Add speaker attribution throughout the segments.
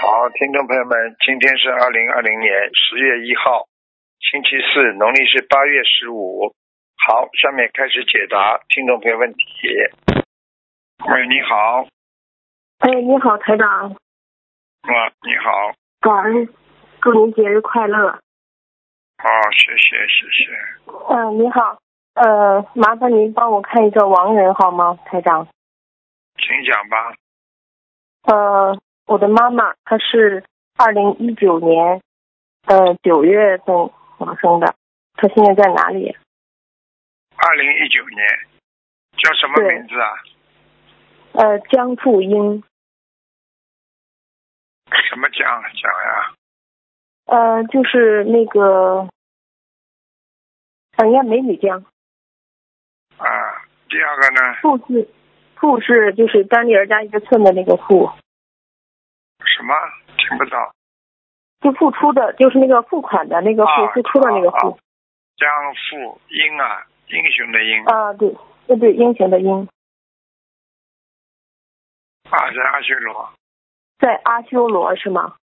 Speaker 1: 好，听众朋友们，今天是二零二零年十月一号，星期四，农历是八月十五。好，下面开始解答听众朋友问题。喂，你好，
Speaker 2: 哎，你好，台长，
Speaker 1: 啊，你好，
Speaker 2: 感恩，祝您节日快乐。
Speaker 1: 好，啊谢谢，谢谢。
Speaker 2: 嗯、你好，呃，麻烦您帮我看一个亡人好吗，台长？
Speaker 1: 请讲吧。
Speaker 2: 呃，我的妈妈她是二零一九年，呃九月份往生的，她现在在哪里？
Speaker 1: 二零一九年，叫什么
Speaker 2: 对
Speaker 1: 名字啊？
Speaker 2: 呃，江富英，
Speaker 1: 什么讲讲呀？
Speaker 2: 呃，就是那个，呃，应该梅雨江，
Speaker 1: 啊，第二个呢？
Speaker 2: 富是富是就是单立人加一个寸的那个富，
Speaker 1: 什么？听不到。
Speaker 2: 就付出的，就是那个付款的那个付
Speaker 1: 啊，
Speaker 2: 付出的那个付。
Speaker 1: 啊啊江富英啊，英雄的英。
Speaker 2: 啊，对，对对，英雄的英，
Speaker 1: 啊，在阿修罗。
Speaker 2: 在阿修罗是吗？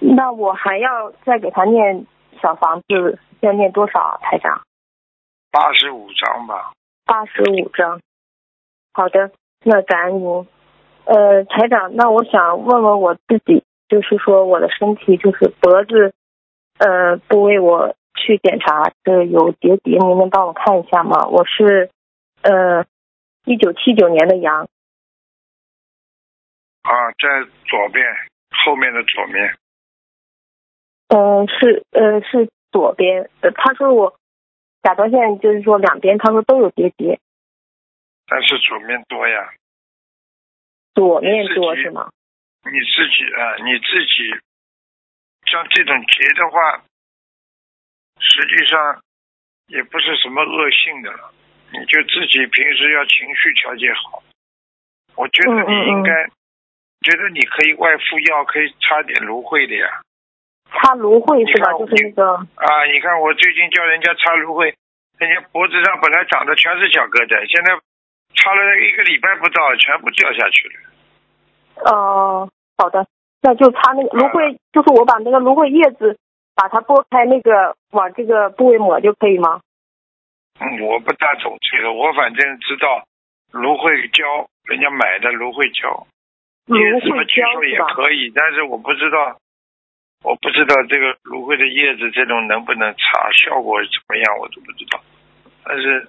Speaker 2: 那我还要再给他念小房子，要念多少啊，台长？
Speaker 1: 八十五章吧。
Speaker 2: 八十五章。好的，那感恩您。呃，台长，那我想问问我自己，就是说我的身体，就是脖子，呃，部位我去检查，这有结节，您能帮我看一下吗？我是，呃，一九七九年的羊，
Speaker 1: 啊，在左边，后面的左面。
Speaker 2: 嗯，是呃是左边，呃，他说我甲状腺就是说两边，他说都有结节，
Speaker 1: 但是左面多呀。
Speaker 2: 左面多
Speaker 1: 是结
Speaker 2: 是吗？
Speaker 1: 你自己啊，你自己，像这种结的话，实际上也不是什么恶性的了，你就自己平时要情绪调节好。我觉得你应该，觉得你可以外敷药，可以擦点芦荟的呀。
Speaker 2: 擦芦荟是吧？
Speaker 1: 你看我
Speaker 2: 就是那个
Speaker 1: 啊，你看我最近叫人家擦芦荟，人家脖子上本来长的全是小疙瘩，现在擦了一个礼拜不到，全部掉下去了。
Speaker 2: 呃，好的，那就擦那个芦
Speaker 1: 哎
Speaker 2: 荟，就是我把那个芦荟叶子把它剥开，那个往这个部位抹就可以吗？
Speaker 1: 嗯，我不大懂这个，我反正知道芦荟胶，人家买的芦荟胶，
Speaker 2: 嗯芦
Speaker 1: 叶
Speaker 2: 荟
Speaker 1: 子嘛据
Speaker 2: 胶
Speaker 1: 说
Speaker 2: 是
Speaker 1: 也
Speaker 2: 吧？
Speaker 1: 可以，但是我不知道，我不知道这个芦荟的叶子这种能不能擦，效果怎么样我都不知道。但是，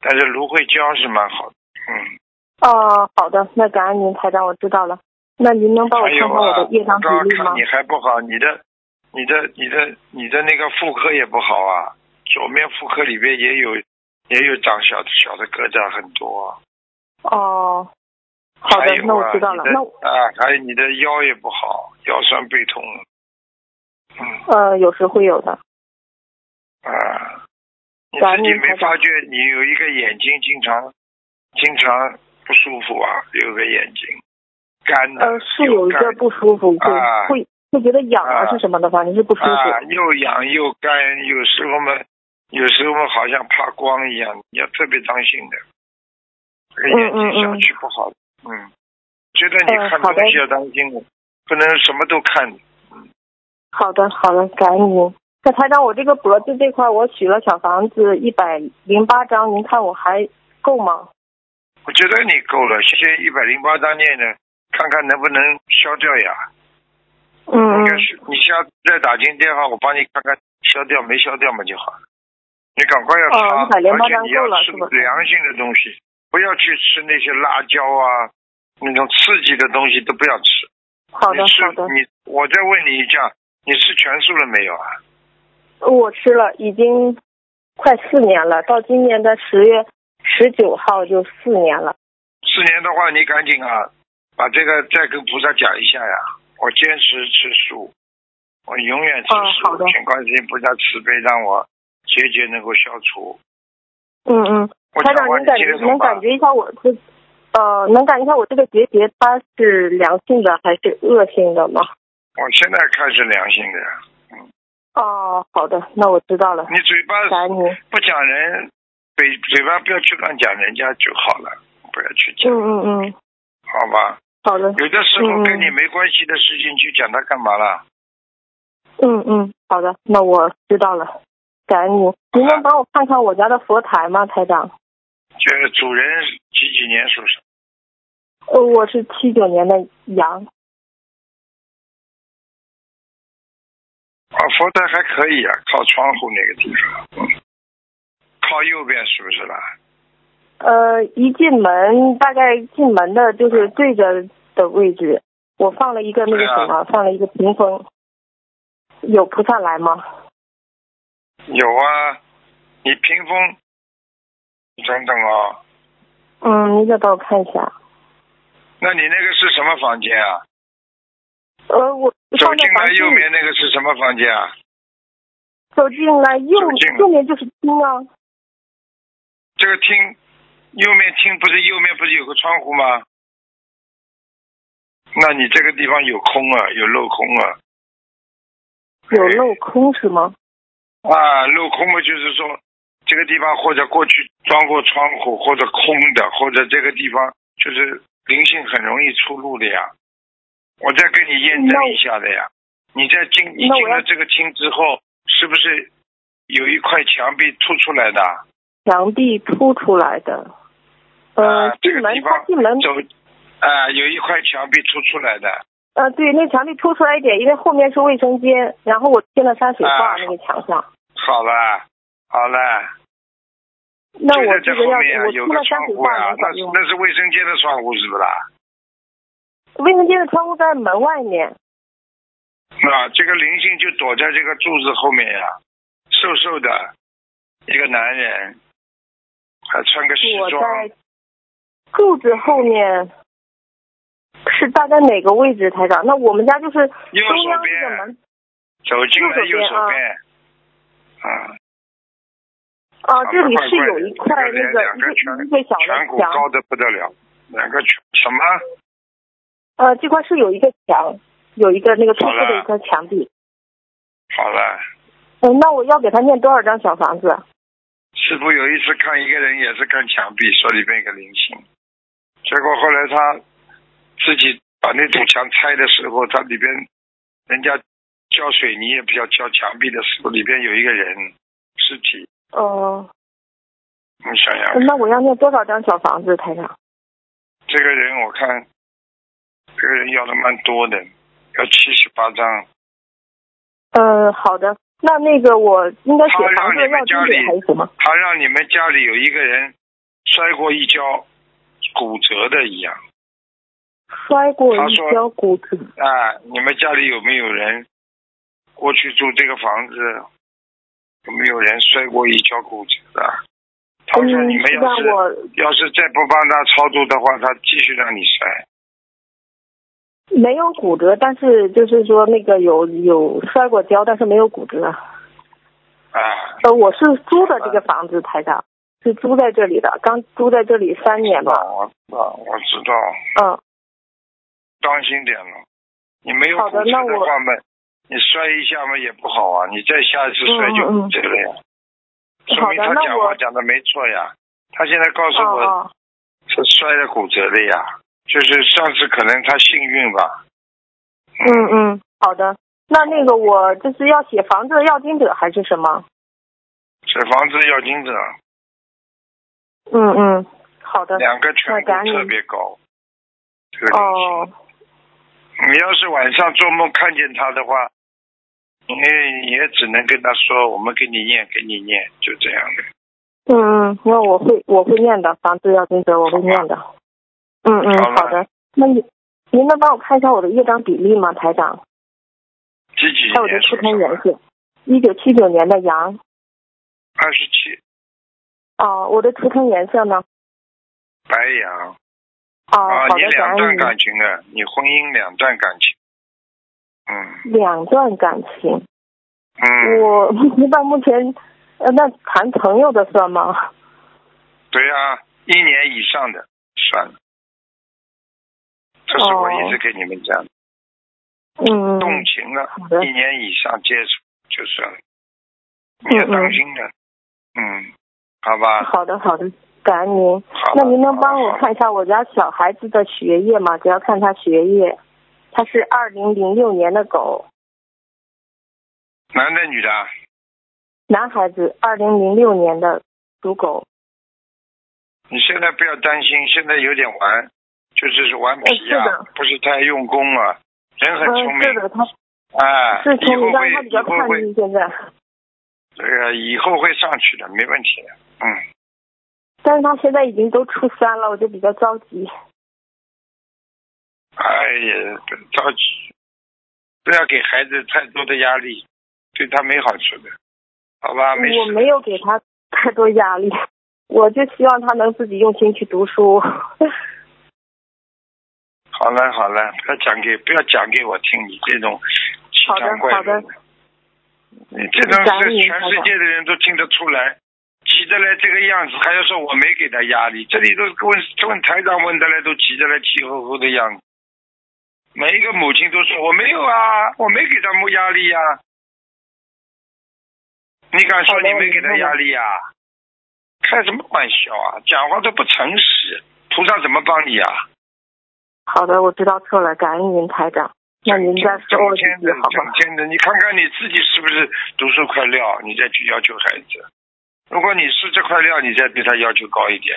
Speaker 1: 但是芦荟胶是蛮好的，嗯。
Speaker 2: 哦、好的，那感恩您台长，我知道了。那您能帮我
Speaker 1: 还
Speaker 2: 看
Speaker 1: 有
Speaker 2: 看我
Speaker 1: 啊，
Speaker 2: 的业障比
Speaker 1: 刚
Speaker 2: 例
Speaker 1: 刚
Speaker 2: 吗
Speaker 1: 看你？还不好，你的、你的、你的、你的那个妇科也不好啊，左面妇科里边也有也有长小小的疙瘩很多啊、
Speaker 2: 哦、好
Speaker 1: 还
Speaker 2: 的，
Speaker 1: 有
Speaker 2: 那我
Speaker 1: 啊
Speaker 2: 知道
Speaker 1: 你
Speaker 2: 了。
Speaker 1: 的
Speaker 2: 那我
Speaker 1: 啊，还有你的腰也不好，腰酸背痛。嗯
Speaker 2: 呃，有时会有的。
Speaker 1: 啊，你自
Speaker 2: 感恩
Speaker 1: 己没
Speaker 2: 台长
Speaker 1: 发觉你有一个眼睛经常经常不舒服啊，有个眼睛干的，
Speaker 2: 呃，是有一
Speaker 1: 干
Speaker 2: 个不舒服，对，
Speaker 1: 啊
Speaker 2: 会会觉得痒
Speaker 1: 啊
Speaker 2: 啊，是什么的，反正是不舒服。
Speaker 1: 啊，又痒又干，有时候嘛，有时候嘛好像怕光一样，要特别当心的。这个眼睛下去不好，嗯觉得你
Speaker 2: 嗯
Speaker 1: 看
Speaker 2: 好的
Speaker 1: 东西要当心的，不能什么都看。
Speaker 2: 好的，好的，感恩您。那台长，我这个脖子这块我取了小房子一百零八张，您看我还够吗？
Speaker 1: 我觉得你够了，先一百零八张念呢，看看能不能消掉呀。
Speaker 2: 嗯
Speaker 1: 应该是你下次再打进电话，我帮你看看消掉没消掉嘛就好了。你赶快要
Speaker 2: 哦
Speaker 1: 擦，
Speaker 2: 108
Speaker 1: 而且
Speaker 2: 张
Speaker 1: 你
Speaker 2: 够
Speaker 1: 要
Speaker 2: 了
Speaker 1: 吃
Speaker 2: 是吧
Speaker 1: 良性的东西，不要去吃那些辣椒啊，那种刺激的东西都不要吃。
Speaker 2: 好的
Speaker 1: 你吃
Speaker 2: 好的，
Speaker 1: 你我再问你一下，你吃全素了没有啊？
Speaker 2: 我吃了已经快四年了，到今年的十月十九号就四年了。
Speaker 1: 四年的话，你赶紧啊，把这个再跟菩萨讲一下呀。我坚持吃素，我永远吃
Speaker 2: 哦
Speaker 1: 素，
Speaker 2: 好的
Speaker 1: 请观世音菩萨慈悲，让我结节能够消除。
Speaker 2: 嗯嗯，
Speaker 1: 我
Speaker 2: 台
Speaker 1: 讲
Speaker 2: 长
Speaker 1: 话
Speaker 2: 您
Speaker 1: 你
Speaker 2: 感
Speaker 1: 听得
Speaker 2: 觉
Speaker 1: 懂
Speaker 2: 能
Speaker 1: 吧？
Speaker 2: 感觉一下我这呃能感觉一下我这个结节它是良性的还是恶性的吗？
Speaker 1: 我哦现在开始良心的，
Speaker 2: 哦，好的，那我知道了，
Speaker 1: 你嘴巴
Speaker 2: 感恩您。
Speaker 1: 不讲人，嘴嘴巴不要去乱讲人家就好了，不要去讲，
Speaker 2: 嗯嗯嗯，
Speaker 1: 好吧？
Speaker 2: 好的，
Speaker 1: 有的时候跟你没关系的事情去讲它干嘛啦？
Speaker 2: 嗯嗯，好的，那我知道了，感恩您。您能帮我看看我家的佛台吗，台长？
Speaker 1: 就是主人几几年属什么？
Speaker 2: 呃，我是七九年的羊，
Speaker 1: 啊，佛台还可以啊，靠窗户那个地方，嗯，靠右边是不是啦？
Speaker 2: 呃，一进门大概进门的就是对着的位置，我放了一个那个
Speaker 1: 啊
Speaker 2: 什么，放了一个屏风。有菩萨来吗？
Speaker 1: 有啊，你屏风，你等等哦，
Speaker 2: 嗯，您再帮我看一下。
Speaker 1: 那你那个是什么房间啊？
Speaker 2: 呃，我
Speaker 1: 走
Speaker 2: 放在
Speaker 1: 进
Speaker 2: 房
Speaker 1: 来
Speaker 2: 间
Speaker 1: 右
Speaker 2: 里
Speaker 1: 边那个是什么房间啊？
Speaker 2: 走进来右
Speaker 1: 走进来
Speaker 2: 右面就是厅啊。
Speaker 1: 这个厅，右面厅不是右面不是有个窗户吗？那你这个地方有空啊，有镂空啊。哎
Speaker 2: 有镂空是吗？
Speaker 1: 啊，镂空嘛，就是说这个地方或者过去装过窗户，或者空的，或者这个地方就是灵性很容易出入的呀。我再跟你验证一下的呀。你在进你
Speaker 2: 那我
Speaker 1: 进
Speaker 2: 要
Speaker 1: 了这个厅之后，是不是有一块墙壁凸出来的？
Speaker 2: 墙壁凸出来的。呃，
Speaker 1: 啊这个
Speaker 2: 进门
Speaker 1: 地
Speaker 2: 他
Speaker 1: 方
Speaker 2: 进门，
Speaker 1: 走啊、有一块墙壁凸出来的。
Speaker 2: 呃，对，那墙壁凸出来一点，因为后面是卫生间，然后我贴了山水画
Speaker 1: 啊
Speaker 2: 那个墙上。
Speaker 1: 好了，好了。
Speaker 2: 那
Speaker 1: 就
Speaker 2: 我
Speaker 1: 在
Speaker 2: 这
Speaker 1: 这
Speaker 2: 个
Speaker 1: 后
Speaker 2: 要
Speaker 1: 面
Speaker 2: 是
Speaker 1: 啊
Speaker 2: 我
Speaker 1: 有
Speaker 2: 贴
Speaker 1: 个
Speaker 2: 了
Speaker 1: 窗
Speaker 2: 山水
Speaker 1: 户
Speaker 2: 画
Speaker 1: 呀、
Speaker 2: 能
Speaker 1: 那
Speaker 2: 管
Speaker 1: 是
Speaker 2: 用吗？
Speaker 1: 那是卫生间的窗户是不是啦？
Speaker 2: 卫生间的窗户在门外面。
Speaker 1: 啊，这个灵性就躲在这个柱子后面呀、瘦瘦的一个男人，还穿个西
Speaker 2: 我
Speaker 1: 装，
Speaker 2: 在柱子后面是大概哪个位置，台长？那我们家就是
Speaker 1: 右
Speaker 2: 中
Speaker 1: 手
Speaker 2: 央这个
Speaker 1: 边
Speaker 2: 门
Speaker 1: 走进来右
Speaker 2: 右手
Speaker 1: 手
Speaker 2: 边
Speaker 1: 边，啊，
Speaker 2: 啊，这里
Speaker 1: 长得
Speaker 2: 是
Speaker 1: 怪怪
Speaker 2: 有
Speaker 1: 的这
Speaker 2: 一块那
Speaker 1: 个两
Speaker 2: 一
Speaker 1: 个
Speaker 2: 个
Speaker 1: 颧
Speaker 2: 一个小
Speaker 1: 颧
Speaker 2: 的
Speaker 1: 骨高
Speaker 2: 墙，
Speaker 1: 的不得了，两个颧什么？
Speaker 2: 呃，这块是有一个墙，有一个那个突
Speaker 1: 好
Speaker 2: 出的
Speaker 1: 了
Speaker 2: 一块墙壁。
Speaker 1: 好了，
Speaker 2: 嗯，那我要给他念多少张小房子？
Speaker 1: 师傅有一次看一个人也是看墙壁，说里边有个灵性，结果后来他自己把那堵墙拆的时候，它里边人家浇水泥也不叫浇墙壁的时候，里边有一个人尸体，
Speaker 2: 呃，
Speaker 1: 你想想看，
Speaker 2: 那我要念多少张小房子，台长？
Speaker 1: 这个人我看这个人要的蛮多的，要七十八张，
Speaker 2: 呃，好的。那那个我应该写
Speaker 1: 他让
Speaker 2: 房子
Speaker 1: 你们
Speaker 2: 要
Speaker 1: 家
Speaker 2: 经
Speaker 1: 里
Speaker 2: 点还是什么？
Speaker 1: 他让你们家里有一个人摔过一跤，骨折的一样。
Speaker 2: 摔过
Speaker 1: 他
Speaker 2: 一
Speaker 1: 说
Speaker 2: 跤骨折。
Speaker 1: 啊，你们家里有没有人过去住这个房子？有没有人摔过一跤骨折的？他
Speaker 2: 嗯，
Speaker 1: 说你们要是、
Speaker 2: 让我
Speaker 1: 要是再不帮他超度的话，他继续让你摔。
Speaker 2: 没有骨折，但是就是说那个有有摔过跤，但是没有骨折。
Speaker 1: 啊，
Speaker 2: 呃，我是租的这个房子，台长是租在这里的，刚租在这里三年吧。
Speaker 1: 我知道，我知道，
Speaker 2: 嗯，
Speaker 1: 当心点了。你没有
Speaker 2: 好
Speaker 1: 骨
Speaker 2: 的
Speaker 1: 折
Speaker 2: 那我
Speaker 1: 话嘛，你摔一下嘛也不好啊，你再下一次摔就
Speaker 2: 嗯嗯嗯嗯
Speaker 1: 骨折了呀。说
Speaker 2: 好
Speaker 1: 明
Speaker 2: 的
Speaker 1: 他
Speaker 2: 那
Speaker 1: 讲
Speaker 2: 我
Speaker 1: 话讲的没错呀，他现在告诉我、
Speaker 2: 哦哦，
Speaker 1: 是摔了骨折的呀，就是上次可能他幸运吧。
Speaker 2: 嗯嗯，好的。那那个我就是要写房子的要经者还是什么？
Speaker 1: 这房子要金子，
Speaker 2: 嗯嗯，好的。
Speaker 1: 两个颧
Speaker 2: 那赶
Speaker 1: 骨
Speaker 2: 紧
Speaker 1: 特别高。这个东西
Speaker 2: 哦，
Speaker 1: 你要是晚上做梦看见他的话，你也只能跟他说，我们给你念，给你念，就这样的。
Speaker 2: 嗯嗯，那我会我会念的，房子要经者我会念的。嗯嗯，
Speaker 1: 好吧
Speaker 2: 好的。那你您能帮我看一下我的业障比例吗，台长？
Speaker 1: 几几
Speaker 2: 还有我的
Speaker 1: 年
Speaker 2: 出
Speaker 1: 属
Speaker 2: 生
Speaker 1: 什啊
Speaker 2: 人
Speaker 1: 么？
Speaker 2: 是一九七九年的羊。
Speaker 1: 二十七，
Speaker 2: 哦，我的图腾颜色呢？
Speaker 1: 白羊。
Speaker 2: 哦，
Speaker 1: 啊，
Speaker 2: 好
Speaker 1: 你
Speaker 2: 的，
Speaker 1: 两
Speaker 2: 感恩
Speaker 1: 段
Speaker 2: 您。
Speaker 1: 感情啊，你婚姻两段感情。嗯
Speaker 2: 两段感情，
Speaker 1: 嗯，
Speaker 2: 我 到目前，呃，那谈朋友的算吗？
Speaker 1: 对呀、一年以上的算了。这是我一直给你们讲的，
Speaker 2: 哦嗯，
Speaker 1: 动情了
Speaker 2: 好的
Speaker 1: 一年以上接触就
Speaker 2: 嗯
Speaker 1: 算了，你要当心的。嗯，好吧，
Speaker 2: 好的，好的，感恩您
Speaker 1: 好。
Speaker 2: 那您能帮我
Speaker 1: 好
Speaker 2: 看一下我家小孩子的学业吗？主要看他学业。他是二零零六年的狗，
Speaker 1: 男的女的啊？
Speaker 2: 男孩子，二零零六年的属狗。
Speaker 1: 你现在不要担心，现在有点玩，就是是顽皮
Speaker 2: 哎是
Speaker 1: 啊
Speaker 2: 的，
Speaker 1: 不是太用功啊，人很聪
Speaker 2: 嗯，
Speaker 1: 明
Speaker 2: 是，的，他
Speaker 1: 啊，
Speaker 2: 是
Speaker 1: 以
Speaker 2: 聪明，
Speaker 1: 后
Speaker 2: 但
Speaker 1: 会
Speaker 2: 是他比
Speaker 1: 以
Speaker 2: 较
Speaker 1: 后
Speaker 2: 叛
Speaker 1: 会
Speaker 2: 逆，现在，
Speaker 1: 这个以后会上去的，没问题的，嗯，
Speaker 2: 但是他现在已经都初三了，我就比较着急。
Speaker 1: 哎呀，不着急，不要给孩子太多的压力，对他没好处的，好吧？啊没
Speaker 2: 我
Speaker 1: 事，
Speaker 2: 没有给他太多压力， 我就希望他能自己用心去读书。
Speaker 1: 好了好了，不要讲给不要讲给我听，你这种奇
Speaker 2: 好的
Speaker 1: 谈怪
Speaker 2: 好的
Speaker 1: 论，你这种
Speaker 2: 感
Speaker 1: 事
Speaker 2: 恩您
Speaker 1: 全世界的人都听得出来，急得来这个样子，还要说我没给他压力，这里都问问台长问的来都急得来气吼吼的样子。每一个母亲都说我没有啊，我没给他们压力呀、啊你敢说
Speaker 2: 好的
Speaker 1: 你没给他压力呀、开什么玩笑啊！讲话都不诚实，菩萨怎么帮你啊？
Speaker 2: 好的，我知道错了，感恩您台长。那您再说我
Speaker 1: 整
Speaker 2: 几
Speaker 1: 天
Speaker 2: 句
Speaker 1: 的
Speaker 2: 好
Speaker 1: 整
Speaker 2: 吗？
Speaker 1: 天的，你看看你自己是不是读书块料，你再去要求孩子。如果你是这块料，你再对他要求高一点。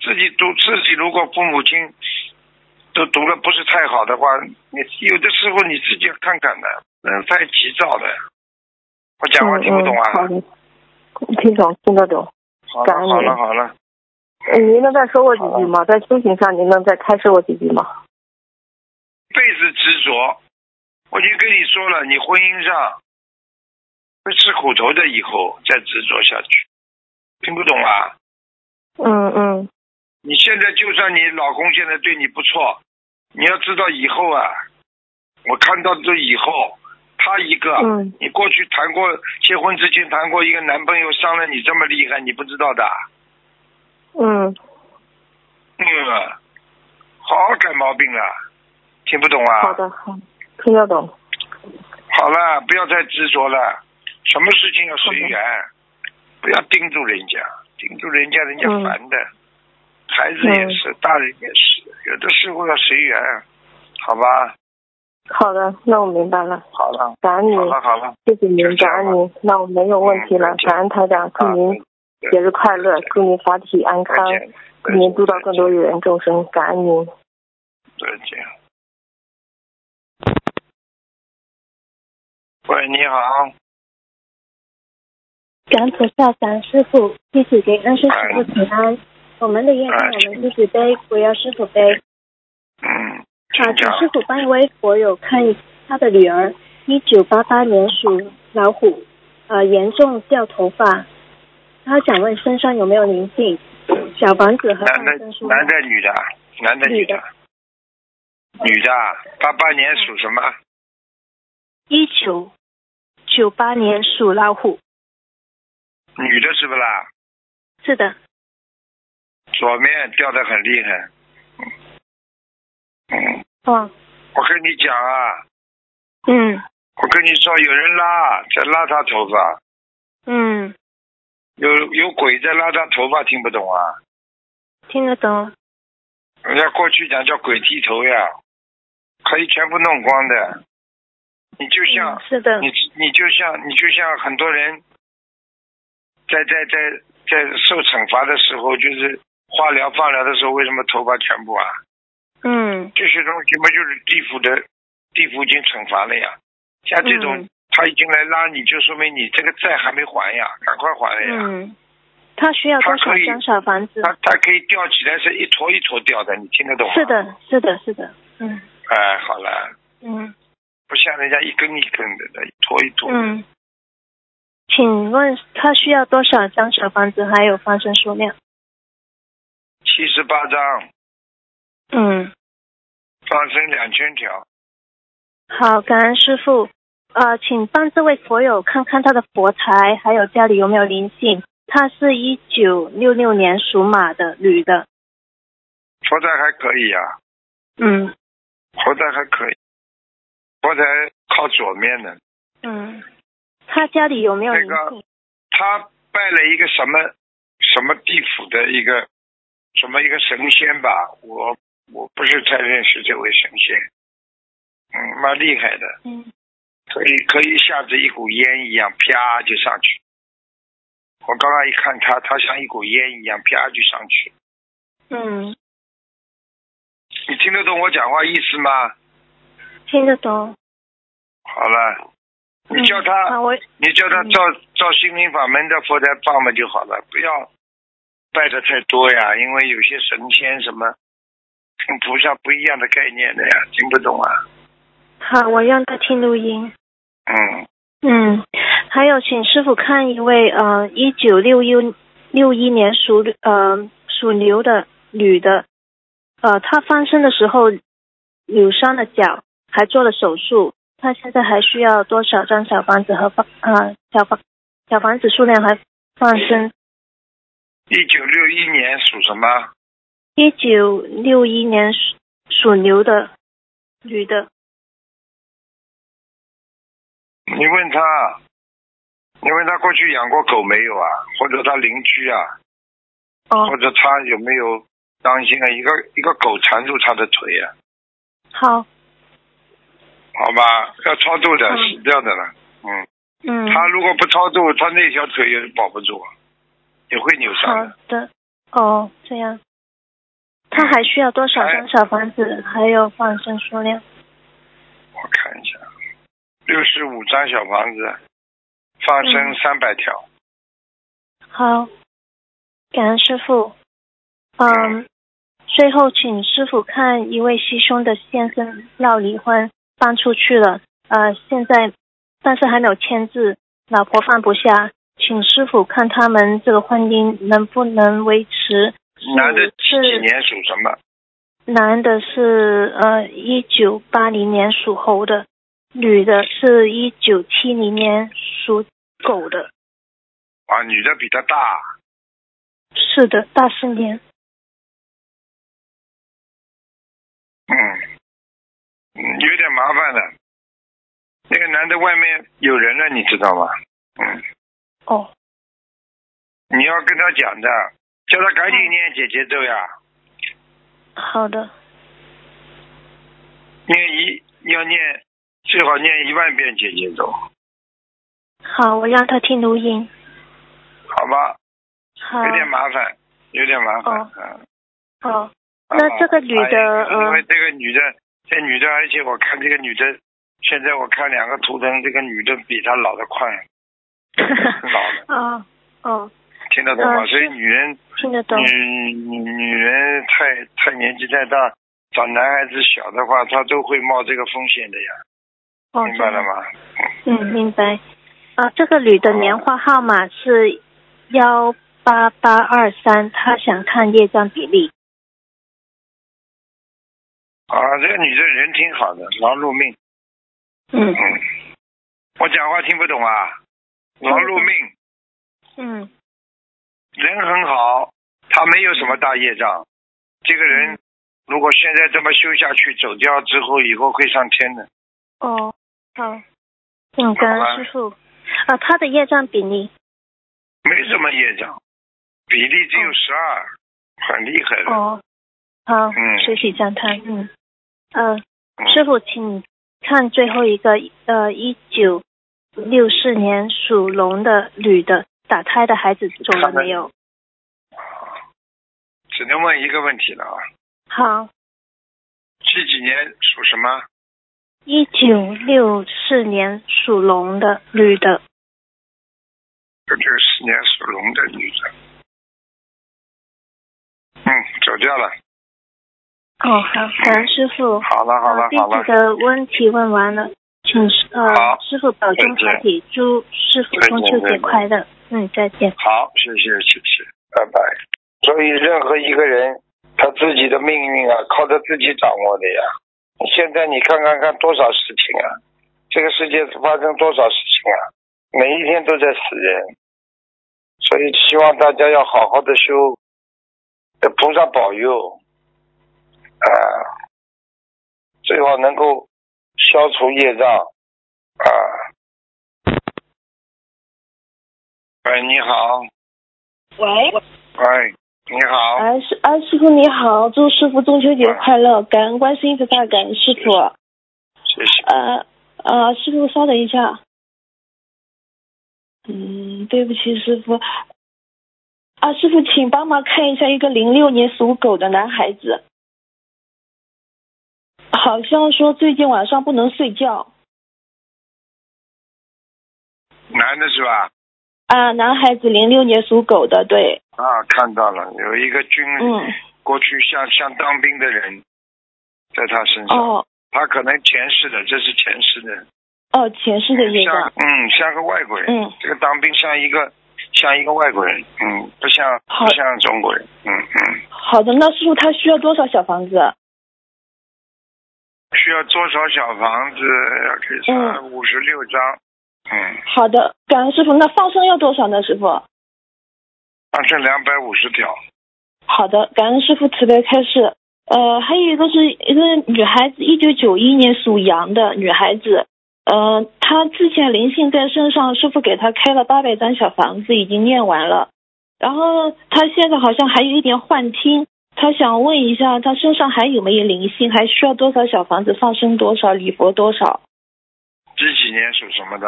Speaker 1: 自己读自己，如果父母亲都读了不是太好的话，你有的时候你自己要看看的，不能太急躁的。我讲话听不懂啊？
Speaker 2: 嗯嗯好的，听懂听得懂。
Speaker 1: 好
Speaker 2: 感
Speaker 1: 了
Speaker 2: 恩
Speaker 1: 好了
Speaker 2: 您
Speaker 1: 好了，
Speaker 2: 呃您能再说我几句
Speaker 1: 啊
Speaker 2: 吗？在修行上，您能再开示我几句吗？
Speaker 1: 一辈子执着，我已经跟你说了，你婚姻上会吃苦头的，以后再执着下去，听不懂啊？
Speaker 2: 嗯嗯，
Speaker 1: 你现在就算你老公现在对你不错，你要知道以后啊，我看到这以后，他一个，
Speaker 2: 嗯
Speaker 1: 你过去谈过结婚之前谈过一个男朋友伤了你这么厉害，你不知道的，
Speaker 2: 嗯，
Speaker 1: 嗯，好好改毛病了，啊听不懂啊？
Speaker 2: 好的，好，听得懂。
Speaker 1: 好了，不要再执着了，什么事情要随缘，不要盯住人家，盯住人家人家
Speaker 2: 嗯
Speaker 1: 烦的，孩子也是，大人也是，有的时候要随缘，好吧？
Speaker 2: 好的，那我明白了，
Speaker 1: 好了，
Speaker 2: 感恩您
Speaker 1: 好，了，好了，
Speaker 2: 谢谢
Speaker 1: 就
Speaker 2: 您，
Speaker 1: 这
Speaker 2: 感
Speaker 1: 样吧
Speaker 2: 恩您。那我没有问题了
Speaker 1: 嗯再，见
Speaker 2: 感恩台长，祝
Speaker 1: 啊
Speaker 2: 您节日快乐，祝您法体安
Speaker 1: 再
Speaker 2: 康，
Speaker 1: 见，
Speaker 2: 祝
Speaker 1: 再
Speaker 2: 您
Speaker 1: 见，
Speaker 2: 度到更多有缘众生，感恩您。
Speaker 1: 再见。喂，你好，
Speaker 3: 感恩菩萨，感恩师傅，弟子给恩师师傅请安。我们的业
Speaker 1: 啊
Speaker 3: 障我们自己背，不要师傅背。
Speaker 1: 嗯，
Speaker 3: 啊，
Speaker 1: 请
Speaker 3: 请
Speaker 1: 讲，
Speaker 3: 师傅帮一位佛友看一下他的女儿，一九八八年属老虎，呃，严重掉头发。他想问身上有没有灵性？小房子和
Speaker 1: 男的
Speaker 3: 放生书。
Speaker 1: 男的女的，啊男的女的
Speaker 3: 女，
Speaker 1: 女的，啊八八年属什么？
Speaker 3: 一九九八年属老虎，
Speaker 1: 女的是不啦？
Speaker 3: 是的，
Speaker 1: 左面掉的很厉害。嗯，
Speaker 3: 哦，
Speaker 1: 我跟你讲啊，
Speaker 3: 嗯
Speaker 1: 我跟你说，有人拉在拉她头发，
Speaker 3: 嗯，
Speaker 1: 有有鬼在拉她头发，听不懂啊？
Speaker 3: 听得懂。
Speaker 1: 人家过去讲叫鬼剃头呀，可以全部弄光的。你就像
Speaker 3: 嗯、是的
Speaker 1: 你，你就像你就像很多人在在在在受惩罚的时候，就是化疗放疗的时候，为什么头发全部啊？
Speaker 3: 嗯
Speaker 1: 这些东西嘛，就是地府的地府已经惩罚了呀。像这种、
Speaker 3: 嗯
Speaker 1: 他已经来拉你，就说明你这个债还没还呀，赶快还了呀。
Speaker 3: 嗯，他需要多
Speaker 1: 他
Speaker 3: 少
Speaker 1: 可以
Speaker 3: 张小房子？
Speaker 1: 它它可以吊起来，是一坨一坨掉的，你听得懂吗？
Speaker 3: 是。的，是的，是的，嗯
Speaker 1: 哎，好了。
Speaker 3: 嗯
Speaker 1: 不像人家一根一根的，一坨一坨。
Speaker 3: 嗯。请问他需要多少张小房子，还有放生数量？
Speaker 1: 七十八张，
Speaker 3: 嗯，
Speaker 1: 放生两千条。
Speaker 3: 好，感恩师傅。呃，请帮这位佛友看看他的佛台，还有家里有没有灵性。他是一九六六年属马的女的，
Speaker 1: 佛台还可以啊，
Speaker 3: 嗯
Speaker 1: 佛台还可以，佛台靠左面的。
Speaker 3: 嗯，他家里有没有灵
Speaker 1: 那个
Speaker 3: 性？
Speaker 1: 他拜了一个什么什么地府的一个什么一个神仙吧，我我不是太认识这位神仙，嗯，蛮厉害的，
Speaker 2: 嗯，
Speaker 1: 可以可以一下子一股烟一样啪就上去。我刚刚一看他，他像一股烟一样啪就上去。
Speaker 2: 嗯，
Speaker 1: 你听得懂我讲话意思吗？
Speaker 2: 听得懂。
Speaker 1: 好了，你叫他，
Speaker 2: 嗯那我
Speaker 1: 你叫他
Speaker 2: 嗯
Speaker 1: 照照心灵法门的佛台放了就好了，不要拜的太多呀，因为有些神仙什么跟菩萨不一样的概念的呀，听不懂啊。
Speaker 2: 好，我让他听录音。
Speaker 1: 嗯，
Speaker 2: 嗯，还有，请师傅看一位呃，一九六一六一年属呃属牛的女的，呃，她翻身的时候扭伤了脚，还做了手术，她现在还需要多少张小房子和房呃小房小房子数量还放生？
Speaker 1: 一九六一年属什么？
Speaker 2: 一九六一年属属牛的女的，
Speaker 1: 你问他，你问他过去养过狗没有啊？或者他邻居啊？
Speaker 2: 哦
Speaker 1: 或，者他有没有当心啊？一个一个狗缠住他的腿啊？
Speaker 2: 好，
Speaker 1: 好吧，要超度的，
Speaker 2: 嗯
Speaker 1: 死掉的了。嗯，
Speaker 2: 嗯，
Speaker 1: 他如果不超度，他那条腿也保不住，啊也会扭伤
Speaker 2: 好
Speaker 1: 的。
Speaker 2: 的，哦，这样。他还需要多少
Speaker 1: 哎
Speaker 2: 张小房子？还有放生数量？
Speaker 1: 我看一下，六十五张小房子，放生
Speaker 2: 嗯
Speaker 1: 三百条。
Speaker 2: 好，感恩师傅。
Speaker 1: 哎
Speaker 2: 嗯，最后请师傅看一位师兄的先生要离婚，搬出去了，呃，现在但是还没有签字，老婆放不下，请师傅看他们这个婚姻能不能维持。
Speaker 1: 男的几
Speaker 2: 是
Speaker 1: 几年属什么？
Speaker 2: 男的是呃一九八零年属猴的，女的是一九七零年属狗的。
Speaker 1: 啊，女的比他大。
Speaker 2: 是的，大四年。
Speaker 1: 嗯，嗯有点麻烦的。那个男的外面有人了，你知道吗？嗯，
Speaker 2: 哦，
Speaker 1: 你要跟他讲的，叫他赶紧念姐姐咒呀，
Speaker 2: 好的，
Speaker 1: 念一要念最好念一万遍姐姐咒，
Speaker 2: 好，我让他听录音。
Speaker 1: 好吧？
Speaker 2: 好，
Speaker 1: 有点麻烦，有点麻烦。
Speaker 2: 啊哦
Speaker 1: 嗯，
Speaker 2: 好，
Speaker 1: 好
Speaker 2: 那
Speaker 1: 吧
Speaker 2: 这个女的
Speaker 1: 哎因为
Speaker 2: 嗯
Speaker 1: 这个女的，这女的，而且我看这个女的，现在我看两个图腾，这个女的比她老得快， 老
Speaker 2: 哦哦，
Speaker 1: 听得懂吗？
Speaker 2: 嗯
Speaker 1: 所以女人
Speaker 2: 听得懂。
Speaker 1: 女女女人太太年纪太大，找男孩子小的话，她都会冒这个风险的呀，
Speaker 2: 哦，
Speaker 1: 明白
Speaker 2: 这
Speaker 1: 了
Speaker 2: 样？
Speaker 1: 吗？
Speaker 2: 嗯，明白。啊，这个女的年化号码是幺八八二三，她想看业障比例。
Speaker 1: 啊，这个女的人挺好的，劳碌命。
Speaker 2: 嗯
Speaker 1: 嗯，我讲话听不懂啊，
Speaker 2: 听
Speaker 1: 劳
Speaker 2: 不懂
Speaker 1: 碌命，
Speaker 2: 嗯
Speaker 1: 人很好，她没有什么大业障。这个
Speaker 2: 嗯
Speaker 1: 人如果现在这么修下去，走掉之后，以后会上天的。
Speaker 2: 哦，好，嗯，感
Speaker 1: 好吧
Speaker 2: 恩师傅。啊，他的业障比例，
Speaker 1: 没什么业障，比例只有
Speaker 2: 嗯
Speaker 1: 十二，很厉害的。
Speaker 2: 哦，好，
Speaker 1: 嗯
Speaker 2: 学习赞叹，嗯，呃，
Speaker 1: 嗯
Speaker 2: 师傅，请看最后一个，呃，一九六四年属龙的女的打胎的孩子走了没有？
Speaker 1: 只能问一个问题了啊，
Speaker 2: 好，
Speaker 1: 七几年属什么？
Speaker 2: 一九六四年属龙的女的，
Speaker 1: 这就是四年属龙的女的。嗯，走掉了。
Speaker 2: 哦，好，感恩师傅。
Speaker 1: 好了，好了
Speaker 2: 啊，弟，
Speaker 1: 好
Speaker 2: 子
Speaker 1: 了，
Speaker 2: 的问题问完了，请呃
Speaker 1: 好
Speaker 2: 师傅保重身体，祝师傅中秋节快乐。嗯，再见。
Speaker 1: 好，谢谢，谢谢，拜拜。所以，任何一个人他自己的命运啊，靠他自己掌握的呀。现在你看看看多少事情啊，这个世界发生多少事情啊，每一天都在死人。所以，希望大家要好好的修，呃菩萨保佑，啊、最好能够消除业障，啊、哎喂，你好。
Speaker 2: 喂，
Speaker 1: 喂，你好，
Speaker 2: 哎师哎师傅你好，祝师傅中秋节快乐，感恩观世音菩萨，感恩师傅。
Speaker 1: 谢谢。
Speaker 2: 呃呃，师傅稍等一下。嗯，对不起师傅。啊，师傅，请帮忙看一下一个零六年属狗的男孩子，好像说最近晚上不能睡觉
Speaker 1: 男的是吧？
Speaker 2: 啊。男孩子零六年属狗的，对，
Speaker 1: 啊，看到了，有一个军人，
Speaker 2: 嗯，
Speaker 1: 过去像像当兵的人，在他身上，
Speaker 2: 哦
Speaker 1: 他可能前世的，这是前世的，
Speaker 2: 哦，前世的业
Speaker 1: 像
Speaker 2: 障，
Speaker 1: 嗯像个外国人，
Speaker 2: 嗯，
Speaker 1: 这个当兵像一个像一个外国人，嗯，不像
Speaker 2: 好
Speaker 1: 不像中国人，嗯嗯，
Speaker 2: 好的，那师傅他需要多少小房子？
Speaker 1: 需要多少小房子？要给他五十六张，嗯，
Speaker 2: 好的，感恩师傅。那放生要多少呢，师傅？
Speaker 1: 放成两百五十条，
Speaker 2: 好的，感恩师傅慈悲开示。呃，还有一个是一个女孩子，一九九一年属羊的女孩子，呃，她之前灵性在身上，师傅给她开了八百张小房子，已经念完了。然后她现在好像还有一点幻听，她想问一下，她身上还有没有灵性？还需要多少小房子放生多少，礼佛多少？
Speaker 1: 几几年属什么的？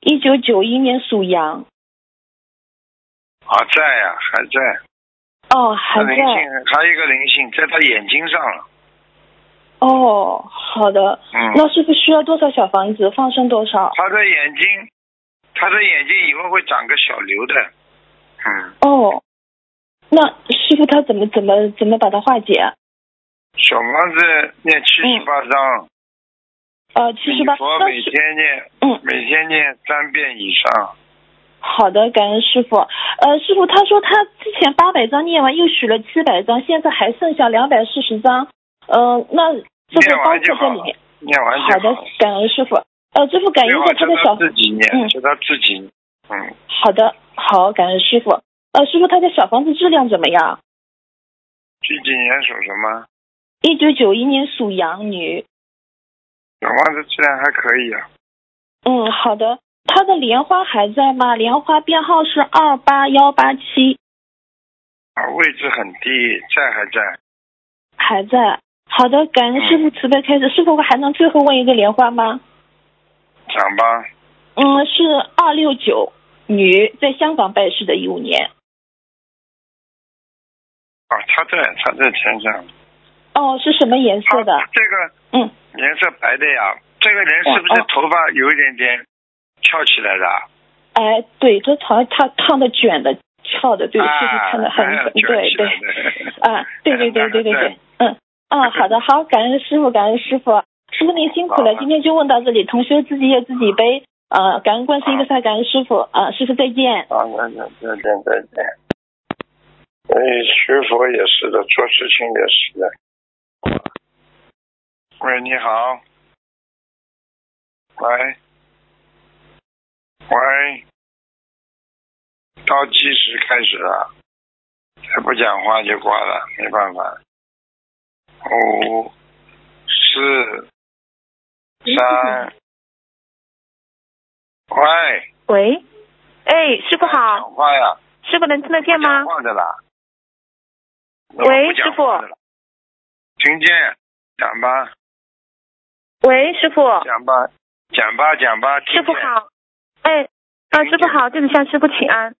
Speaker 2: 一九九一年属羊，
Speaker 1: 啊，在呀、还在，
Speaker 2: 哦，还
Speaker 1: 他灵
Speaker 2: 在
Speaker 1: 性。还有一个灵性在他眼睛上了，
Speaker 2: 哦，好的。
Speaker 1: 嗯，
Speaker 2: 那师傅需要多少小房子？放生多少？
Speaker 1: 他的眼睛，他的眼睛以后会长个小瘤的，嗯，
Speaker 2: 哦，那师傅他怎么怎么怎么把它化解？
Speaker 1: 小房子念七十八章，
Speaker 2: 呃，其实吧
Speaker 1: 礼，佛
Speaker 2: 那
Speaker 1: 每
Speaker 2: 是
Speaker 1: 天念，
Speaker 2: 嗯，
Speaker 1: 每天念三遍以上，
Speaker 2: 好的，感恩师傅。呃，师傅他说他之前八百张念完，又许了七百张，现在还剩下两百四十张。呃，那这个
Speaker 1: 念
Speaker 2: 包
Speaker 1: 完就好
Speaker 2: 括
Speaker 1: 了
Speaker 2: 在里面。
Speaker 1: 念完
Speaker 2: 好
Speaker 1: 就
Speaker 2: 的
Speaker 1: 好了。，
Speaker 2: 感恩师傅。呃，师傅感应一下他的
Speaker 1: 最好
Speaker 2: 小
Speaker 1: 叫他自己
Speaker 2: 嗯
Speaker 1: 念，叫他自己，嗯，
Speaker 2: 好的，好，感恩师傅。呃，师傅他的小房子质量怎么样？
Speaker 1: 几几年属什么？
Speaker 2: 一九九一年属羊女。
Speaker 1: 小房子质量还可以啊，
Speaker 2: 嗯，好的。他的莲花还在吗？莲花编号是二八幺八七，
Speaker 1: 啊，位置很低，在还在，
Speaker 2: 还在。好的，感恩师傅慈悲开始。师傅，我还能最后问一个莲花吗？
Speaker 1: 讲吧，
Speaker 2: 嗯，是二六九女，在香港拜师的，一五年。
Speaker 1: 啊，他在，他在天上，
Speaker 2: 哦，是什么颜色的
Speaker 1: 啊？这个
Speaker 2: 嗯，
Speaker 1: 颜色白的呀，这个人是不是
Speaker 2: 哦哦
Speaker 1: 头发有一点点翘起来的啊？
Speaker 2: 哎，对，这好像烫烫的、卷的、翘的，对，
Speaker 1: 啊
Speaker 2: 确实看的很，
Speaker 1: 哎
Speaker 2: 很
Speaker 1: 卷
Speaker 2: 对
Speaker 1: 起
Speaker 2: 对
Speaker 1: 来，的
Speaker 2: 啊，对对对对对 对，嗯，啊，好的，好，感恩师傅，感恩师傅，师傅您辛苦
Speaker 1: 好
Speaker 2: 了
Speaker 1: 的，
Speaker 2: 今天就问到这里，同学自己业自己背，呃，感恩观世音菩萨，感恩师傅，啊，师傅再见。
Speaker 1: 啊，那那那那那那，所以哎学佛也是的，做事情也是的。喂，你好。喂。喂。倒计时开始了，再不讲话就挂了，没办法。五、四、嗯三。哎喂。
Speaker 4: 喂，哎，师傅好，
Speaker 1: 讲话呀，
Speaker 4: 师傅能听得见吗
Speaker 1: 讲？话的啦。
Speaker 4: 喂
Speaker 1: 我不讲话的啦。听见，讲吧，
Speaker 4: 喂，师傅，
Speaker 1: 讲吧，讲吧，讲吧。听
Speaker 4: 师傅
Speaker 1: 见，
Speaker 4: 好，哎，啊，师傅好，弟子向师傅请安，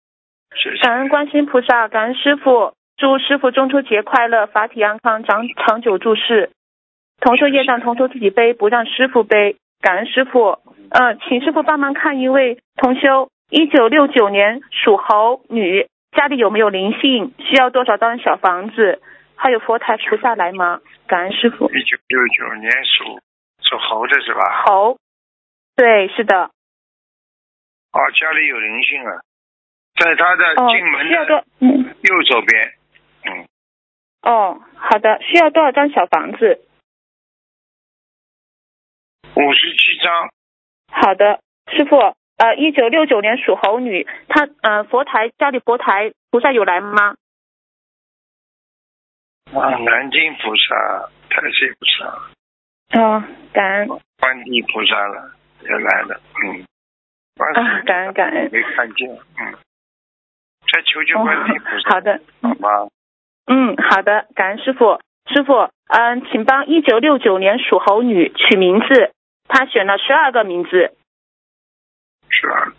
Speaker 1: 谢谢。
Speaker 4: 感恩观世音菩萨，感恩师傅，祝师傅中秋节快乐，法体安康，长长久住世。同修业障，同修自己背，不让师傅背，感恩师傅。呃，请师傅帮忙看一位同修，一九六九年属猴女，家里有没有灵性？需要多少张小房子？还有佛台菩萨来吗？感恩师傅。
Speaker 1: 一九六九年属属猴的是吧？
Speaker 4: 猴，对，是的，
Speaker 1: 哦，家里有灵性啊，在他的
Speaker 4: 哦，
Speaker 1: 呃进门
Speaker 4: 需要
Speaker 1: 的
Speaker 4: 多，嗯，
Speaker 1: 右手边，嗯，
Speaker 4: 哦，好的，需要多少张小房子？
Speaker 1: 五十七张，
Speaker 4: 好的，师傅，呃，一九六九年属猴女，她呃佛台家里佛台菩萨有来吗？
Speaker 1: 啊，南京菩萨、太岁菩萨、
Speaker 4: 哦，感恩
Speaker 1: 观地菩萨了，也来了，嗯，观世
Speaker 4: 啊，
Speaker 1: 音
Speaker 4: 感恩感恩，
Speaker 1: 没看见，嗯，再求求观世音菩萨，
Speaker 2: 哦好的，
Speaker 1: 好吗？
Speaker 2: 嗯，好的，感恩师傅。师傅，嗯，请帮一九六九年属猴女取名字，她选了十二个名字。
Speaker 1: 是吧？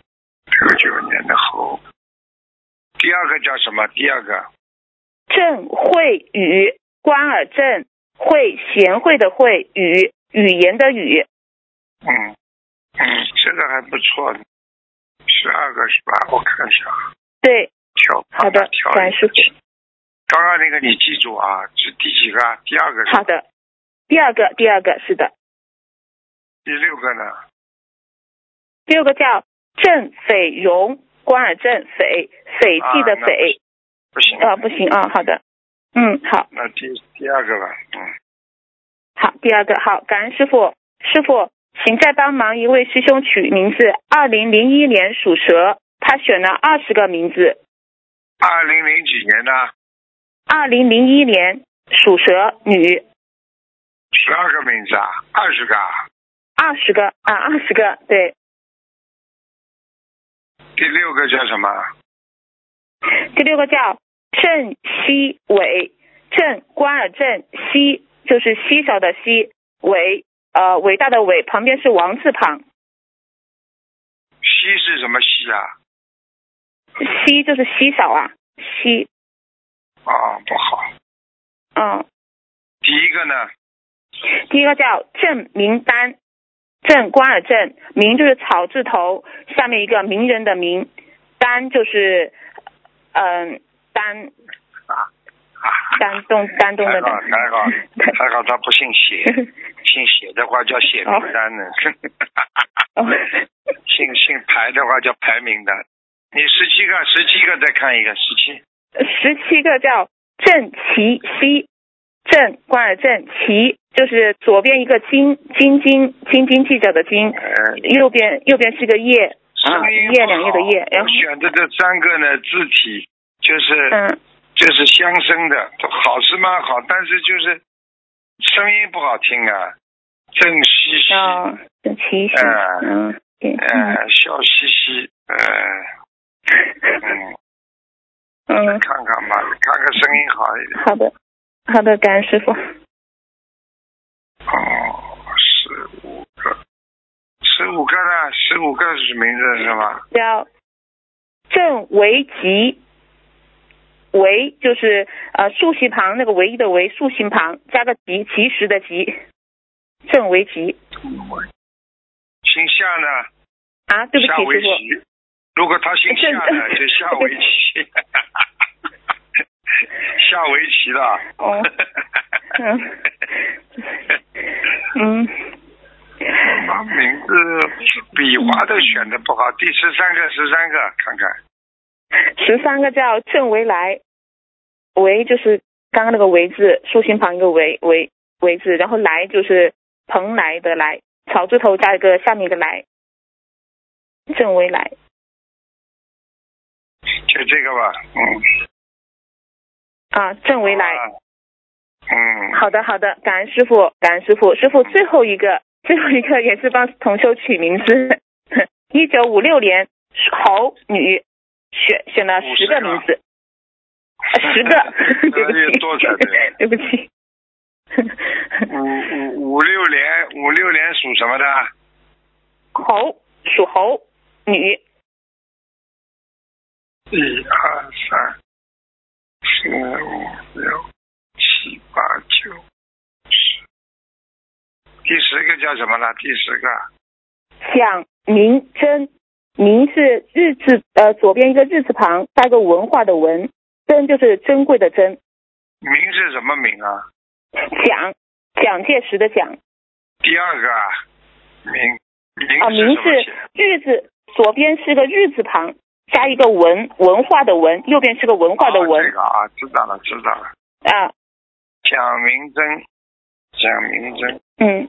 Speaker 1: 六九年的猴，第二个叫什么？第二个
Speaker 2: 郑慧宇，关尔郑，慧贤惠的慧，语语言的语。
Speaker 1: 嗯，嗯，这个还不错，十二个是吧？我看一下，
Speaker 2: 对，
Speaker 1: 跳
Speaker 2: 好的
Speaker 1: 跳
Speaker 2: 感恩师傅
Speaker 1: 刚刚那个你记住啊，是第几个啊？第二个是吧
Speaker 2: 好的。第二个，第二个是的，
Speaker 1: 第六个呢？
Speaker 2: 第六个叫郑斐荣，关尔郑斐，斐济的
Speaker 1: 啊那
Speaker 2: 斐。
Speaker 1: 不行，
Speaker 2: 啊，不行啊，好的，嗯，好，
Speaker 1: 那第第二个吧，嗯，
Speaker 2: 好，第二个好，感恩师傅，师傅，请再帮忙一位师兄取名字，二零零一年属蛇，他选了二十个名字，
Speaker 1: 二零零几年的
Speaker 2: 二零零一年属蛇女，
Speaker 1: 十二个名字啊，二十个啊，
Speaker 2: 二十个啊，二十个，对，
Speaker 1: 第六个叫什么？
Speaker 2: 第六个叫郑西伟，郑关尔郑西就是稀少的稀，伟呃伟大的伟，旁边是王字旁，
Speaker 1: 西是什么西啊？
Speaker 2: 稀就是稀少啊，稀，
Speaker 1: 哦，不好。
Speaker 2: 嗯。
Speaker 1: 第一个呢？啊
Speaker 2: 第一个叫郑名单，郑关尔郑，名就是草字头，下面一个名人的名，单就是嗯、丹丹东丹东
Speaker 1: 还
Speaker 2: 的
Speaker 1: 好
Speaker 2: 丹，
Speaker 1: 还 好还好，他不姓血，姓血的话叫血名单呢，
Speaker 2: 哦
Speaker 1: 姓姓排的话叫排名单。你十七个，十七个再看一个，十七
Speaker 2: 十七个叫郑其西，郑关尔郑其就是左边一个金金金斤斤计较的斤，
Speaker 1: 呃，
Speaker 2: 右边右边是个叶，啊，
Speaker 1: 声音
Speaker 2: 一叶两叶的叶
Speaker 1: 不好，
Speaker 2: 然后
Speaker 1: 我选的这三个呢，字体就是、
Speaker 2: 嗯
Speaker 1: 就是相生的，好是蛮好，但是就是声音不好听啊，正西西，
Speaker 2: 叫郑其西，
Speaker 1: 嗯
Speaker 2: 嗯，对，嗯
Speaker 1: 呃，笑嘻嘻，呃，嗯，
Speaker 2: 嗯。
Speaker 1: 看看吧，看看声音好一点。
Speaker 2: 好的，好的，感恩师傅。
Speaker 1: 哦，十五个，十五个呢？十五个是名字是吧？
Speaker 2: 叫郑维吉，维就是呃竖心旁那个唯一的维，竖心旁加个吉，及时的吉。郑维吉
Speaker 1: 姓夏呢？
Speaker 2: 啊，对不
Speaker 1: 下
Speaker 2: 起，
Speaker 1: 围
Speaker 2: 师傅，
Speaker 1: 棋。如果他姓夏呢，
Speaker 2: 这
Speaker 1: 就下围棋。 下围棋 了。
Speaker 2: 哦，嗯 嗯，
Speaker 1: 把名字笔画都选的不好，第十三个，十三个，看看
Speaker 2: 十三个叫郑维来，维就是刚刚那个维字，竖心旁一个维维维字，然后来就是蓬莱的来，草字头加一个下面一个来，郑维来。
Speaker 1: 就这个吧，嗯。
Speaker 2: 啊，郑维来。
Speaker 1: 好吧。嗯。
Speaker 2: 好的，好的，感恩师傅，感恩师傅。师傅最后一个，最后一个也是帮同修取名字。 一九五六年猴女，选选了十啊个名字，呃十个，对 不
Speaker 1: 那也
Speaker 2: 起
Speaker 1: 多才多，
Speaker 2: 对不起。
Speaker 1: 五五五六年，五六年属什么的？
Speaker 2: 猴属猴，女
Speaker 1: 一二三四五六七八九十。第十个叫什么呢？第十个
Speaker 2: 蒋明珍，明是日字呃左边一个日字旁加一个文化的文，珍就是珍贵的珍，
Speaker 1: 名是什么名啊？
Speaker 2: 蒋蒋介石的蒋。
Speaker 1: 第二个啊名
Speaker 2: 啊，
Speaker 1: 名
Speaker 2: 明
Speaker 1: 什么
Speaker 2: 是
Speaker 1: 写？
Speaker 2: 日字，左边是个日字旁，加一个文，文化的文，右边是个文化的
Speaker 1: 哦
Speaker 2: 文
Speaker 1: 这个啊，知道了，知道了。
Speaker 2: 啊，
Speaker 1: 蒋明珍，蒋明珍，
Speaker 2: 嗯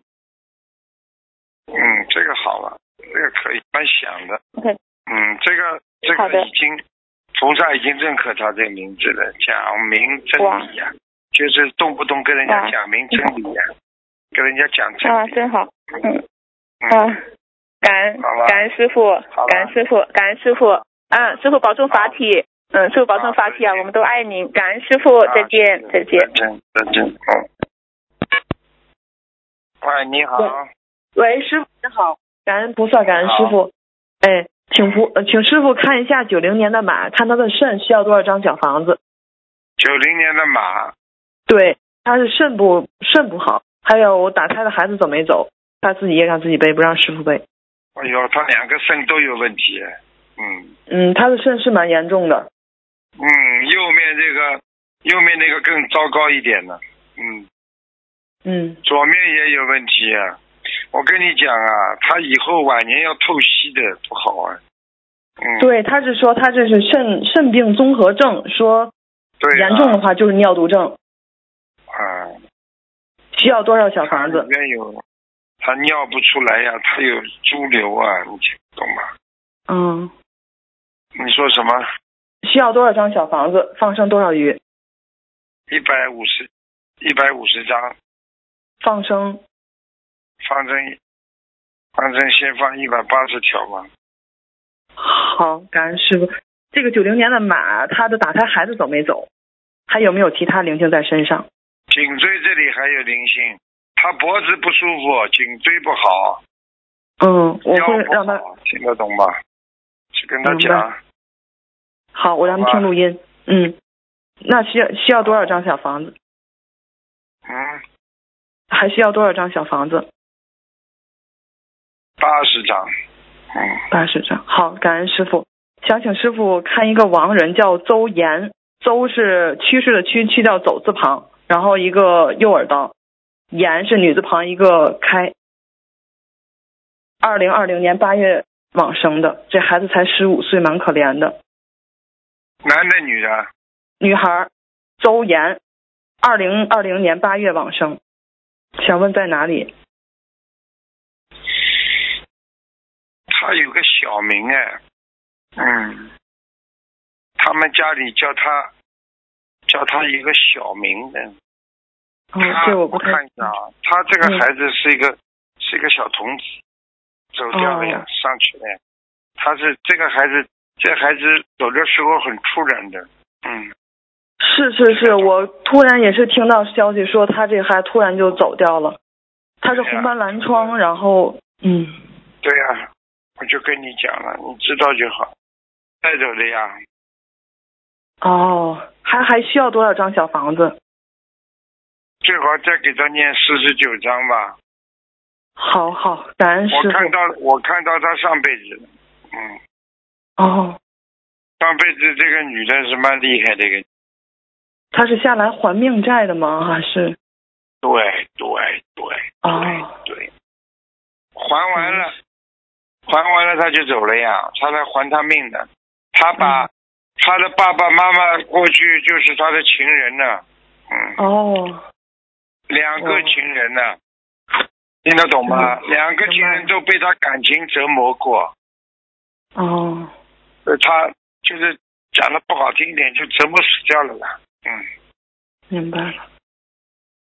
Speaker 1: 嗯，这个好了，这个可以，蛮响的。
Speaker 2: ，OK，
Speaker 1: 嗯，这个这
Speaker 2: 好
Speaker 1: 个
Speaker 2: 的
Speaker 1: 已经，菩萨已经认可他这个名字了，讲明真
Speaker 2: 哇
Speaker 1: 理呀、啊就是动不动跟人家
Speaker 2: 哇
Speaker 1: 讲明真理呀、跟人家讲真
Speaker 2: 啊，
Speaker 1: 理。
Speaker 2: 真好，嗯
Speaker 1: 嗯，
Speaker 2: 啊，感恩
Speaker 1: 好吧
Speaker 2: 感恩师傅
Speaker 1: 好吧，
Speaker 2: 感恩师傅，感恩师傅，啊，师傅保重法体，
Speaker 5: 嗯，祝保重法体啊，我们都爱您，感恩师傅，再见，
Speaker 1: 啊
Speaker 5: 再见。
Speaker 1: 再见，再见，嗯。喂，你好，
Speaker 2: 喂，师傅您好，感恩菩萨，感恩师傅。哎，请菩，呃请师傅看一下九零年的马，看他的肾需要多少张小房子？
Speaker 1: 九零年的马，
Speaker 2: 对，他是肾不肾不好，还有我打胎的孩子走没走？他自己也让自己背，不让师傅背。
Speaker 1: 哎呦，他两个肾都有问题，嗯
Speaker 2: 嗯，他的肾是蛮严重的。
Speaker 1: 嗯，右面这个右面那个更糟糕一点呢，嗯，
Speaker 2: 嗯
Speaker 1: 左面也有问题啊。我跟你讲啊，他以后晚年要透析的，不好啊。嗯，
Speaker 2: 对，他是说他这是肾肾病综合症，说
Speaker 1: 对啊
Speaker 2: 严重的话就是尿毒症，
Speaker 1: 啊，
Speaker 2: 需要多少小房
Speaker 1: 里
Speaker 2: 子？
Speaker 1: 面有，他尿不出来呀、他有猪瘤啊，你听懂吗？
Speaker 2: 嗯，
Speaker 1: 你说什么？
Speaker 2: 需要多少张小房子？放生多少鱼？
Speaker 1: 一百五十，一百五十张，
Speaker 2: 放生
Speaker 1: 方针，方针先放一百八十条吧。
Speaker 2: 好，感恩师傅。这个九零年的马，他的打胎孩子走没走？还有没有其他灵性在身上？
Speaker 1: 颈椎这里还有灵性，他脖子不舒服，颈椎不好，
Speaker 2: 嗯，我
Speaker 1: 腰
Speaker 2: 会
Speaker 1: 不
Speaker 2: 让他
Speaker 1: 好，听得懂吗？去跟他
Speaker 2: 明白
Speaker 1: 讲，
Speaker 2: 好，我让他
Speaker 1: 好吧
Speaker 2: 听录音。嗯，那需要需要多少张小房子？
Speaker 1: 嗯，
Speaker 2: 还需要多少张小房子？
Speaker 1: 八十张，嗯，
Speaker 2: 八十张。好，感恩师傅。想请师傅看一个亡人叫邹延，邹是趋势的趋，去掉走字旁，然后一个右耳刀，延是女字旁一个开。二零二零年八月往生的，这孩子才十五岁，蛮可怜的。
Speaker 1: 男的女的，
Speaker 2: 女孩儿邹延，二零二零年八月往生，想问在哪里？
Speaker 1: 他有个小名哎，嗯，他们家里叫他叫他一个小名嗯的，
Speaker 2: 哦
Speaker 1: 他，
Speaker 2: 这我不太
Speaker 1: 看一下啊，他这个
Speaker 2: 嗯
Speaker 1: 孩子是一个、是一个小童子，走掉了呀，
Speaker 2: 哦
Speaker 1: 上去了呀。他是这个孩子，这孩子走的时候很突然的，嗯，
Speaker 2: 是是是，我突然也是听到消息说他这孩子突然就走掉了，他是红斑
Speaker 1: 哎
Speaker 2: 狼疮，然后嗯，
Speaker 1: 对呀、我就跟你讲了，你知道就好，带走的呀，
Speaker 2: 哦，还还需要多少张小房子？
Speaker 1: 最好再给他念四十九章吧。
Speaker 2: 好好，感恩
Speaker 1: 我
Speaker 2: 嗯师
Speaker 1: 看
Speaker 2: 傅
Speaker 1: 到我看到他上辈子了，嗯，
Speaker 2: 哦，
Speaker 1: 上辈子这个女的是蛮厉害的一个，
Speaker 2: 他是下来还命债的吗？还是
Speaker 1: 对对对
Speaker 2: 哦，嗯
Speaker 1: 对对，还完了。还完了他就走了呀，他来还他命的。他把他的爸爸妈妈过去就是他的情人呢，嗯，
Speaker 2: 哦，
Speaker 1: 两个情人呢，听得懂吗？两个情人都被他感情折磨过，
Speaker 2: 哦，
Speaker 1: 呃他就是讲的不好听一点，就折磨死掉了啦。嗯，
Speaker 2: 明白了，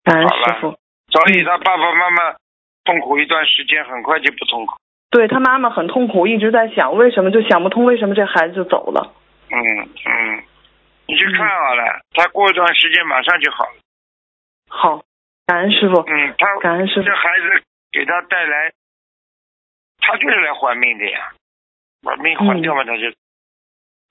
Speaker 2: 感恩
Speaker 1: 好了
Speaker 2: 师傅。
Speaker 1: 所以他爸爸妈妈痛苦一段时间，很快就不痛苦。
Speaker 2: 对他妈妈很痛苦，一直在想为什么，就想不通为什么这孩子就走了。
Speaker 1: 嗯嗯，你去看好了，他过一段时间马上就好了。
Speaker 2: 好，感恩师傅，
Speaker 1: 嗯，他
Speaker 2: 感恩师傅
Speaker 1: 这。孩子给他带来，他就是来还命的呀，把命还掉嘛，他就，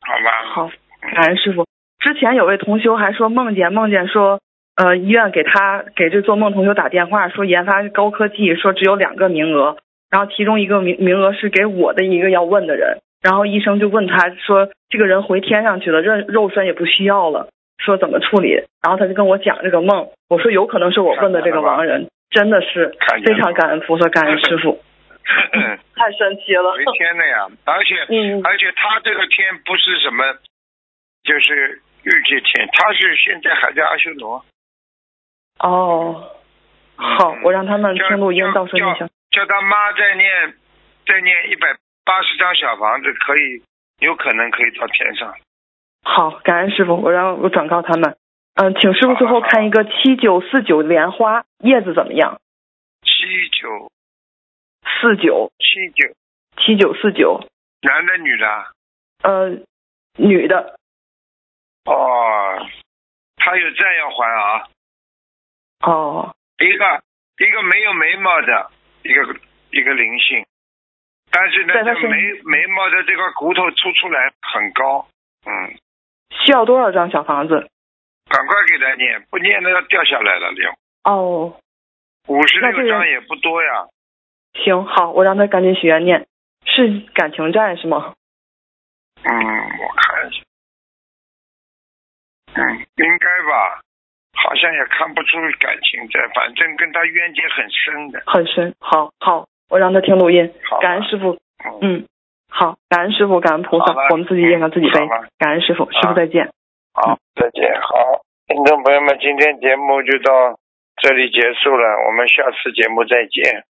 Speaker 1: 好吧？
Speaker 2: 嗯好，感恩师傅。之前有位同修还说梦见梦见说，呃，医院给他给这做梦同修打电话说研发高科技，说只有两个名额，然后其中一个名名额是给我的一个要问的人，然后医生就问他说这个人回天上去了，肉肉身也不需要了，说怎么处理？然后他就跟我讲这个梦，我说有可能是我问的这个亡人，真的是
Speaker 1: 看见
Speaker 2: 非
Speaker 1: 了
Speaker 2: 常感恩菩萨，感恩师傅， 太神奇 了。
Speaker 1: 回天了呀，而且、
Speaker 2: 嗯
Speaker 1: 而且他这个天不是什么，就是欲界天，他是现在还在阿修罗。
Speaker 2: 哦，好，我让他们
Speaker 1: 叫
Speaker 2: 听录音
Speaker 1: 叫，
Speaker 2: 到时候
Speaker 1: 叫
Speaker 2: 念小
Speaker 1: 叫他妈再念再念一百八十张小房子，可以有可能可以到天上。
Speaker 2: 好，感恩师傅，我让我转告他们。嗯，请师傅最
Speaker 1: 好
Speaker 2: 后
Speaker 1: 的好的
Speaker 2: 看一个七九四九莲花叶子怎么样？
Speaker 1: 七九
Speaker 2: 四九
Speaker 1: 七九，
Speaker 2: 七九四九，
Speaker 1: 男的女的啊？
Speaker 2: 呃，女的，
Speaker 1: 哦，他有债要还啊，
Speaker 2: 哦，
Speaker 1: 一个一个没有眉毛的，一个一个灵性，但是呢，
Speaker 2: 在他
Speaker 1: 这
Speaker 2: 身
Speaker 1: 眉眉毛的这个骨头凸出来很高，嗯，
Speaker 2: 需要多少张小房子？
Speaker 1: 赶快给他念，不念那要掉下来了，六
Speaker 2: 哦，
Speaker 1: 五十
Speaker 2: 那这
Speaker 1: 六
Speaker 2: 个
Speaker 1: 张也不多呀，
Speaker 2: 行，好，我让他赶紧许愿念。是感情债是吗？
Speaker 1: 嗯，我看一下，嗯，应该吧，好像也看不出感情在，反正跟他冤结很深的，
Speaker 2: 很深。好，好，我让他听录音。
Speaker 1: 好吧
Speaker 2: 感恩师傅。
Speaker 1: 嗯，
Speaker 2: 嗯，好，感恩师傅，感恩菩
Speaker 1: 好吧
Speaker 2: 萨，我们自己业障自己背
Speaker 1: 好吧。
Speaker 2: 感恩师傅，师
Speaker 1: 啊
Speaker 2: 傅再见。
Speaker 1: 好，再见。好，听众朋友们，今天节目就到这里结束了，我们下次节目再见。